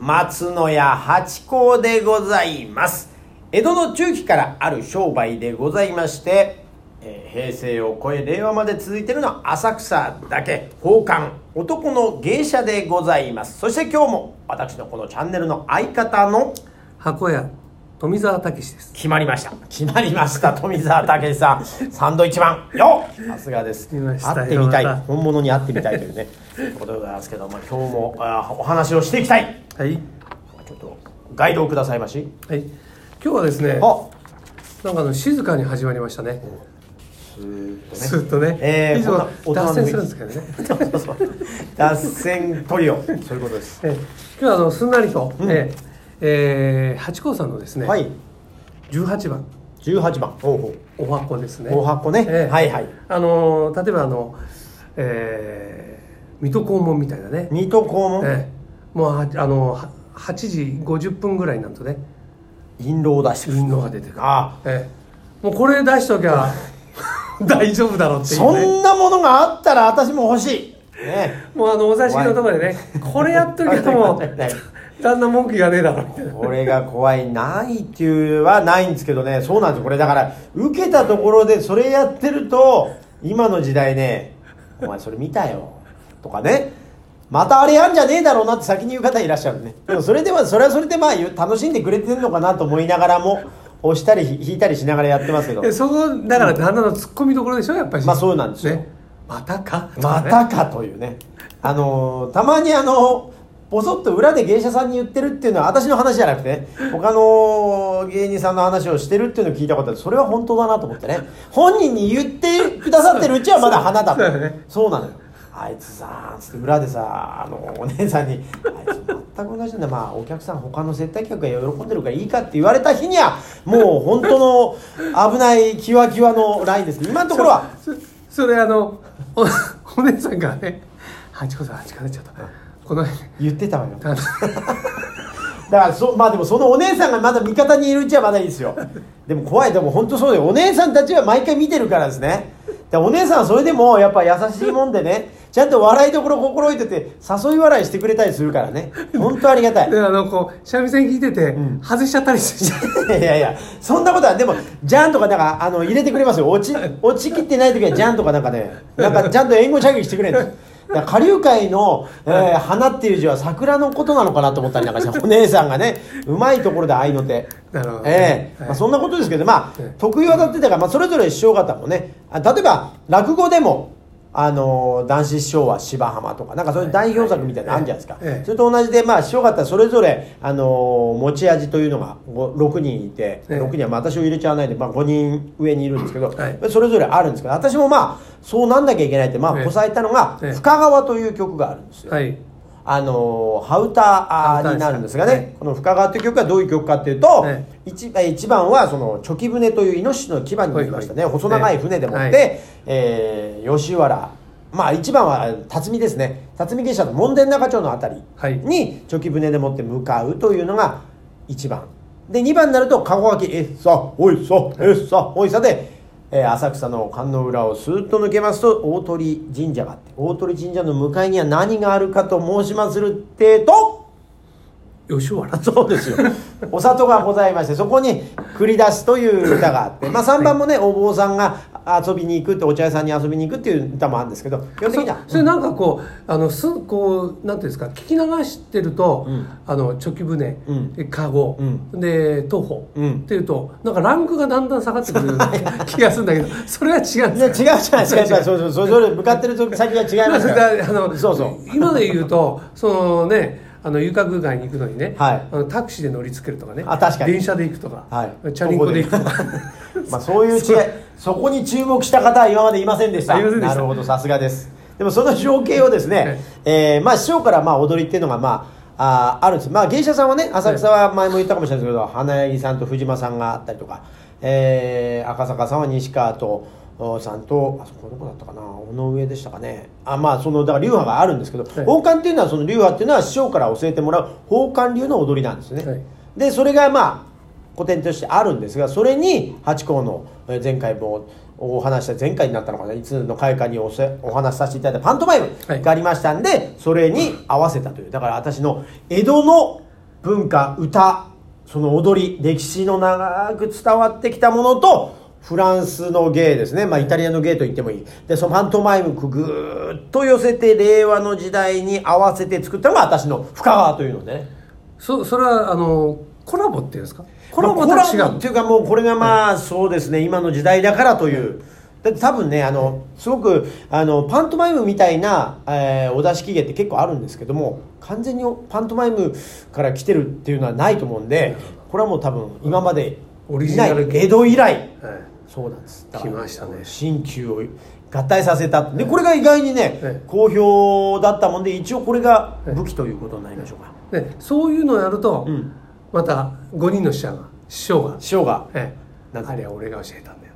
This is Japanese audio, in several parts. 松野屋八甲でございます江戸の中期からある商売でございまして、えー平成を超え令和まで続いているのは浅草だけ宝冠男の芸者でございますそして今日も私のこのチャンネルの相方の箱屋富澤たけしです決まりました決まりました富澤たけしさんサンドイッチマンよっさすがです来ました会ってみたいよまた本物に会ってみたいというねということでございますけども今日もあーお話をしていきたいはいちょっとガイドをくださいましはい今日はですねあなんかあの静かに始まりましたねずーっとねずっとね、えーいつもこんな大脱人線のするんですけどねそうそうそう 脱線トリオそういうことですえー今日はあのすんなりと、うんえーえー八甲さんのですね、はい18番18番おうおうお箱ですねお箱ねええはいはいあのー例えばあの、えー水戸黄門みたいなね、水戸黄門、えーもうはあのは8時50分ぐらいになるとね印籠を出してくる印籠が出てくるあええ、もうこれ出しときゃ 大丈夫だろうっていうそねんなものがあったら私も欲しいねもうあのお座敷のところでねこれやっときゃ もはいはういはい旦那文句がねえだろみたいなこれが怖いないっていうはないんですけどねそうなんですよこれだから受けたところでそれやってると今の時代ね「お前それ見たよ」とかねまたあれやんじゃねえだろうなって先に言う方いらっしゃるねでもそれではそれはそれでまあ楽しんでくれてるのかなと思いながらも押したり引いたりしながらやってますけどえそこだから旦那のツッコミどころでしょやっぱりまあそうなんですよねまたかとかまねたかというねあのーたまにあのぼそっと裏で芸者さんに言ってるっていうのは私の話じゃなくてね他の芸人さんの話をしてるっていうのを聞いたことあるそれは本当だなと思ってね本人に言ってくださってるうちはまだ花だそうそうだよねそうなのよあいつさつって裏でさあのお姉さんに「あいつ全く同じなんだまあお客さん他の接待客が喜んでるからいいか」って言われた日にはもう本当の危ないキワキワのラインです今のところはそそれあのおお姉さんがね「八子さん八子さんちょっとこの辺言ってたわよ旦那だからそまあでもそのお姉さんがまだ味方にいるうちはまだいいですよでも怖いでも本当そうだよお姉さんたちは毎回見てるからですねでお姉さんはそれでもやっぱ優しいもんでねちゃんと笑いどころ心得てて誘い笑いしてくれたりするからね本当ありがたいであのこう三味線聞いてて、ん外しちゃったりし ていやいやいやそんなことはでもジャンとかなんかあの入れてくれますよ落ち落ちきってない時はジャンとかなんか ねなんかちゃんと援護射撃してくれるんですだから下流会の、えー花っていう字は桜のことなのかなと思ったりなんか してお姉さんがねうまいところで合いの手なるほどええはいまあ、そんなことですけどまあええ得意技ってだから、まあ、それぞれ師匠方もねあ例えば落語でもあのー男子師匠は芝浜とかなんかそういう代表作みたいなのあるんじゃないですか、ええええそれと同じで、まあ、師匠方それぞれ、あのー持ち味というのがご6人いて、ええ6人はまあ私を入れちゃわないで、まあ、5人上にいるんですけど、はいそれぞれあるんですけど私もまあそうなんなきゃいけないって、まあええこさえたのが「ええ深川」という曲があるんですよ。はいあのー、ハウターになるんですがね、ハウターですねこの「深川」という曲はどういう曲かっていうと、え一え一番はその「チョキ船」というイノシシの牙に乗りましたね、はいはい細長い船でもって、ええー吉原まあ一番は辰巳ですね辰巳芸者の門前仲町のあたりはいにチョキ船でもって向かうというのが一番で二番になると「籠脇えっさおいさえっさおいさ」で。えー浅草の観音裏をスーッと抜けますと大鳥神社があって大鳥神社の向かいには何があるかと申しまするってと吉原 そうですよ。お里がございまして、そこに繰り出すという歌があって、まあ3番もね、お坊さんが遊びに行くって、お茶屋さんに遊びに行くっていう歌もあるんですけど、基本的にはそそれなんかこうあのすこうなんていうんですか聞き流してると、うんあのチョキ船、うんでカゴ、うで徒歩、うんっていうとなんかランクがだんだん下がってくる 気がするんだけどそれは違うんですかいや違うじゃないですか、やっぱりそうそう、それぞれ向かってる先が違いなまんすかから。だあのそうそう。今で言うとそのねあの遊郭街に行くのにね、はいあのタクシーで乗りつけるとかねあ確かに電車で行くとか、はいチャリンコで行くとか まあそういう違い、そこに注目した方は今までいませんでした。いませんでしたなるほど、さすがです。でもその情景をですね、えーまあ師匠からまあ踊りっていうのがまあ、あーあるんですまあ芸者さんはね浅草は前も言ったかもしれないですけど花柳さんと藤間さんがあったりとか、えー赤坂さんは西川とおさんとあそこどこだったかな尾上でしたかねあまあそのだから流派があるんですけど、はい宝冠っていうのはその流派っていうのは師匠から教えてもらう宝冠流の踊りなんですね、はいでそれがまあ古典としてあるんですがそれに八甲のえー前回もお話した前回になったのかないつの回かにおせお話しさせていただいたパントマイムはいがありましたんで、それに合わせたというだから私の江戸の文化歌その踊り歴史の長く伝わってきたものとフランスの芸ですね、まあ、イタリアの芸と言ってもいいでそのパントマイムくぐーっと寄せて令和の時代に合わせて作ったのが私の深川というのでね そそれはあのコラボっていうんですかコラボまあとはコ違うラボっていうかもうこれがまあそうですね今の時代だからというだって多分ねあのすごくあのパントマイムみたいな、えーお出し期限って結構あるんですけども完全にパントマイムから来てるっていうのはないと思うんでこれはもう多分今までオリいジなナいル江戸以来はいそうなんです来ましたね新旧を合体させたでこれが意外にね、ええ好評だったもんで一応これが武器ということになりましょうか、でそういうのをやると、うんまた5人の師匠が師匠が、師匠がええ、なんかあれは俺が教えたんだよ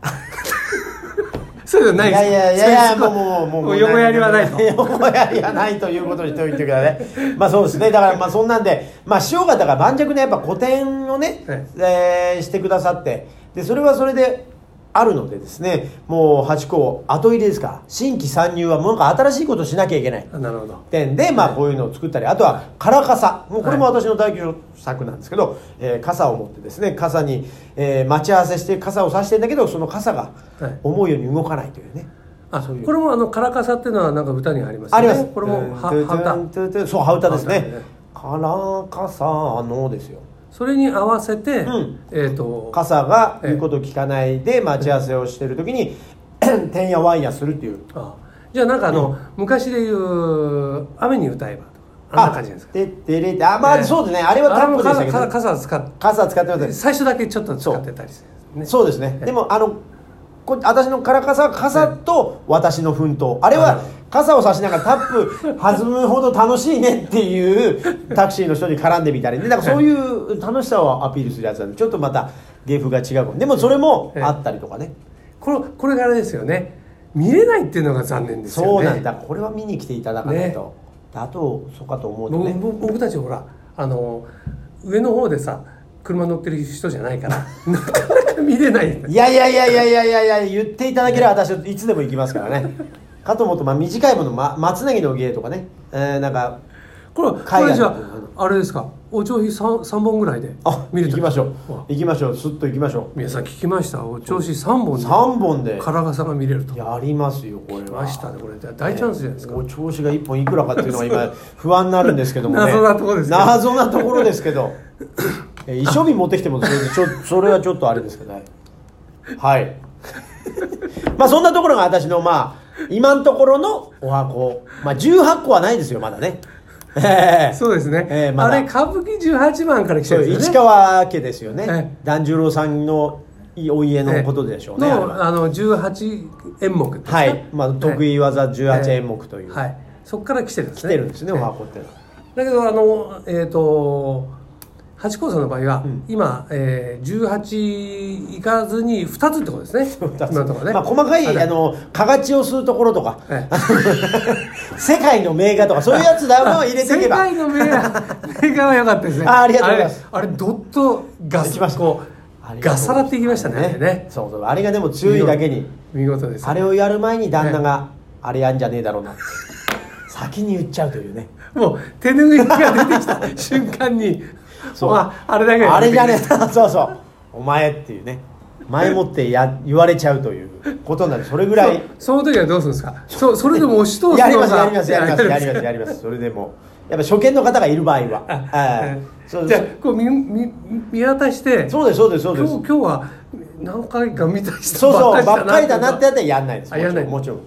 そういうのないいですやいやいやいやそもうううもうもうもう横やりはないと横やりはないということにしておいてくださいまあそうですねだからまあそんなんでまあ師匠方が盤石なやっぱ古典をね、はいえーしてくださってでそれはそれであるのでですねもう八個後入れですから新規参入はもうなんか新しいことしなきゃいけないあなるほど点で、まあ、こういうのを作ったりあとは「からかさ」もうこれも私の代表作なんですけど、えー傘を持ってですね傘に、えー待ち合わせして傘を差してんだけどその傘がはい思うように動かないというね、あそういうこれもあの「からかさ」っていうのはなんか歌にありますよありねますこれもはトゥトゥはン歌トゥトゥンそう羽歌です羽歌ねね「からかさの」ですよそれに合わせて、うんえっ、と傘が言うことを聞かないで待ち合わせをしてる時に てんやわんやするっていうあじゃあなんかあの、昔でいう「雨に歌えば」とかあんな感じなんですかででれであまあ、ねそうですねあれはタップでしたけあれども傘傘使っ傘使ってますて最初だけちょっと使ってたりするんですねそうですね、ええでもあのこ私のからかさ傘と私の奮闘、あれなるはほど傘を差しながらタップ弾むほど楽しいねっていうタクシーの人に絡んでみたりでなんかそういう楽しさをアピールするやつなんでちょっとまた芸風が違うかもでもそれもええあったりとかね、これこれがあれですよね見れないっていうのが残念ですよねそうなんだこれは見に来ていただかないと、あとそうかと思うと僕ね僕僕たちほらあの上の方でさ車乗ってる人じゃないから なかなか見れないいやいやいやいやいやいやいや言っていただければ私はいつでも行きますからねかと思うとまあ短いもの、ま、松なぎの芸とかね、えーなんかこれこ海外れじゃのああれですかお調子三三本ぐらいであ見れ行たきましょうわ行きましょうスッと行きましょ皆さん聞きましたお調子三う本で3本でカラガサが見れるとやりますよこれはましたねこれ大チャンスじゃないですか、お調子が1本いくらかっていうのが 今不安になるんですけどもね謎なとこですけど謎なところですけどえー一生日持ってきてもそれちょそれはちょっとあれですけどねはいまあそんなところが私のまあ今のところのお箱まあ18個はないですよまだねええそうですね、ええまあだれ歌舞伎18番から来てそうるんで市すよね川家ですよね、え團十郎さんのお家のことでしょうね、ええあれはのあの18演目ですかはい、まあ、得意意技18演目という、はい、そこから来てるんです来ねてるんですね、ええお箱っていうのはだけどあのえっ、と八甲さんの場合は、今、えー、18いかずに2つってことですね今のところね、まあ、細かいああのかがちを吸うところとか、え 世界の名画とかそういうやつだを入れていけ 世ば界の名 画名画は良かったですねあありがとうございますあれあれドットガ行スきましたこありうがとうございまガすサラっていきましたねあれねそうそうあれがでも注意だけに見事ですあれをやる前に旦那が、あれやんじゃねえだろうなって先に言っちゃうというねもう手拭いが出てきた瞬間にそうまあ、あれだけあれじゃねえ なそうそうお前っていうね前もってや言われちゃうということなんでそれぐらいそその時はどうするんですかそそれでも押し通すのがやりますやりますやりますやりますやりますそれでもやっぱ初見の方がいる場合ははいそうじでゃあすこう見見見渡してそうですそうですそう今です日今日は何回か見た人そうそうばっかりだなってやいったらやんないですあやんないもちろんも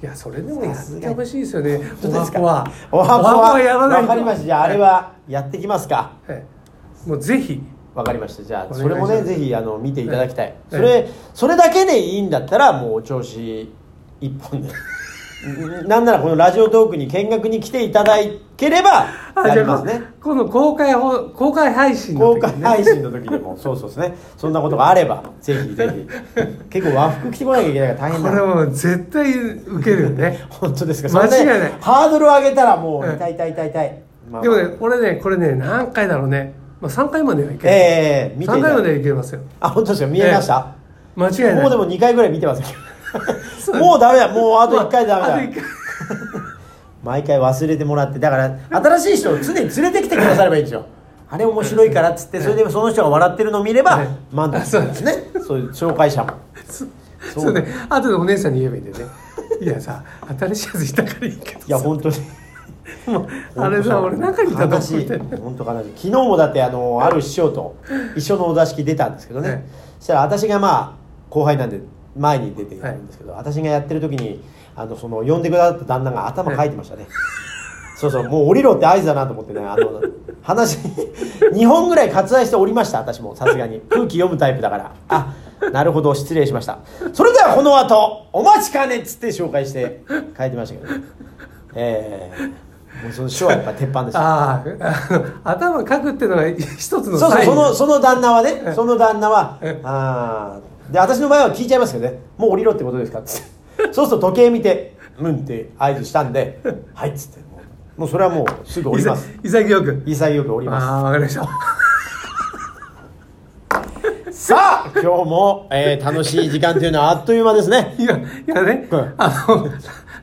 ちやそれでもやってほしいですよねろんお箱はお箱おはやらないとわかりましたじゃああれはやってきますかはいもうぜひわかりましたじゃあお願いそれもしねますぜひあの見ていただきたいそえれそれだけでいいんだったらもうお調子一本 でなんならこのラジオトークに見学に来ていただければやりますね今度公開ほ公開配信の公時開にね配信の時でもそうそうですねそんなことがあればぜひぜひ結構和服着てこなきゃいけないから大変こだれもう絶対受けるよね本当ですか間違いないそれねハードルを上げたらもううん痛い痛い痛い痛い、 まあでもねこれねこれね何回だろうね、まあ、3回まではいける、ええ見て3いた回だまいてでいけますよあ本当ですか見えました、間違いないもうでも2回ぐらい見て ますもうダメだもうあと1回ダあとメ一だ回毎回忘れてもらってだから新しい人を常に連れてきてくださればいいんですよあれ面白いからっつってそれでその人が笑ってるのを見ればはい満足するんですねそういう紹介者もそうね後でお姉さんに言えばいいんだよねいやさ新しいやついたからいいけどいや本当にもうあれさ俺中にいたと悲思しいって本当悲しい昨日もだってあのある師匠と一緒のお座敷出たんですけどね、はいそしたら私がまあ後輩なんで前に出てやるんですけど、私がやってる時にあのその呼んでくださった旦那が頭かいてましたね、そうそうもう降りろって合図だなと思ってねあ の話2本ぐらい割愛して降りました私もさすがに空気読むタイプだからあなるほど失礼しましたそれではこの後お待ちかねっつって紹介して書いてましたけどねええもうその師匠はやっぱ鉄板でしたあああの頭かくってのが一つのそうサそうインそのその旦那はねその旦那はえああで私の場合は聞いちゃいますけどねもう降りろってことですかっつってそうすると時計見てうんって合図したんではいっつってもうもうそれはもうすぐ降りますいざ潔く潔く降りまああわかりましたすさあ今日も、えー楽しい時間というのはあっという間ですねいやいやね、はいあの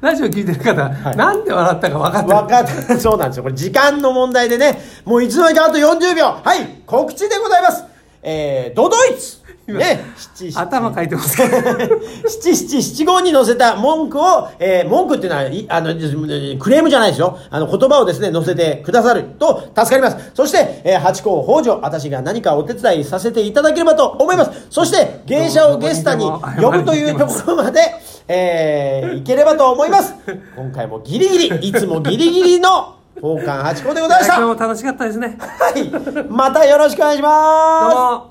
ラジオ聞いてる方、いなんで笑ったか分かってる分かったそうなんですよこれ時間の問題でねもういつの間にかあと40秒はい告知でございますえー、ドドイツね七頭かいてますけど 七七七五に載せた文句を、えー文句っていうのはいあのクレームじゃないですよあの言葉をですね載せてくださると助かりますそして、えー、八甲北条私が何かお手伝いさせていただければと思いますそして芸者をゲストに呼ぶというところまで、えーいければと思います今回もギリギリいつもギリギリの奉還八甲でございましこたれはも楽しかったですねいまたよろしくお願いしますどうも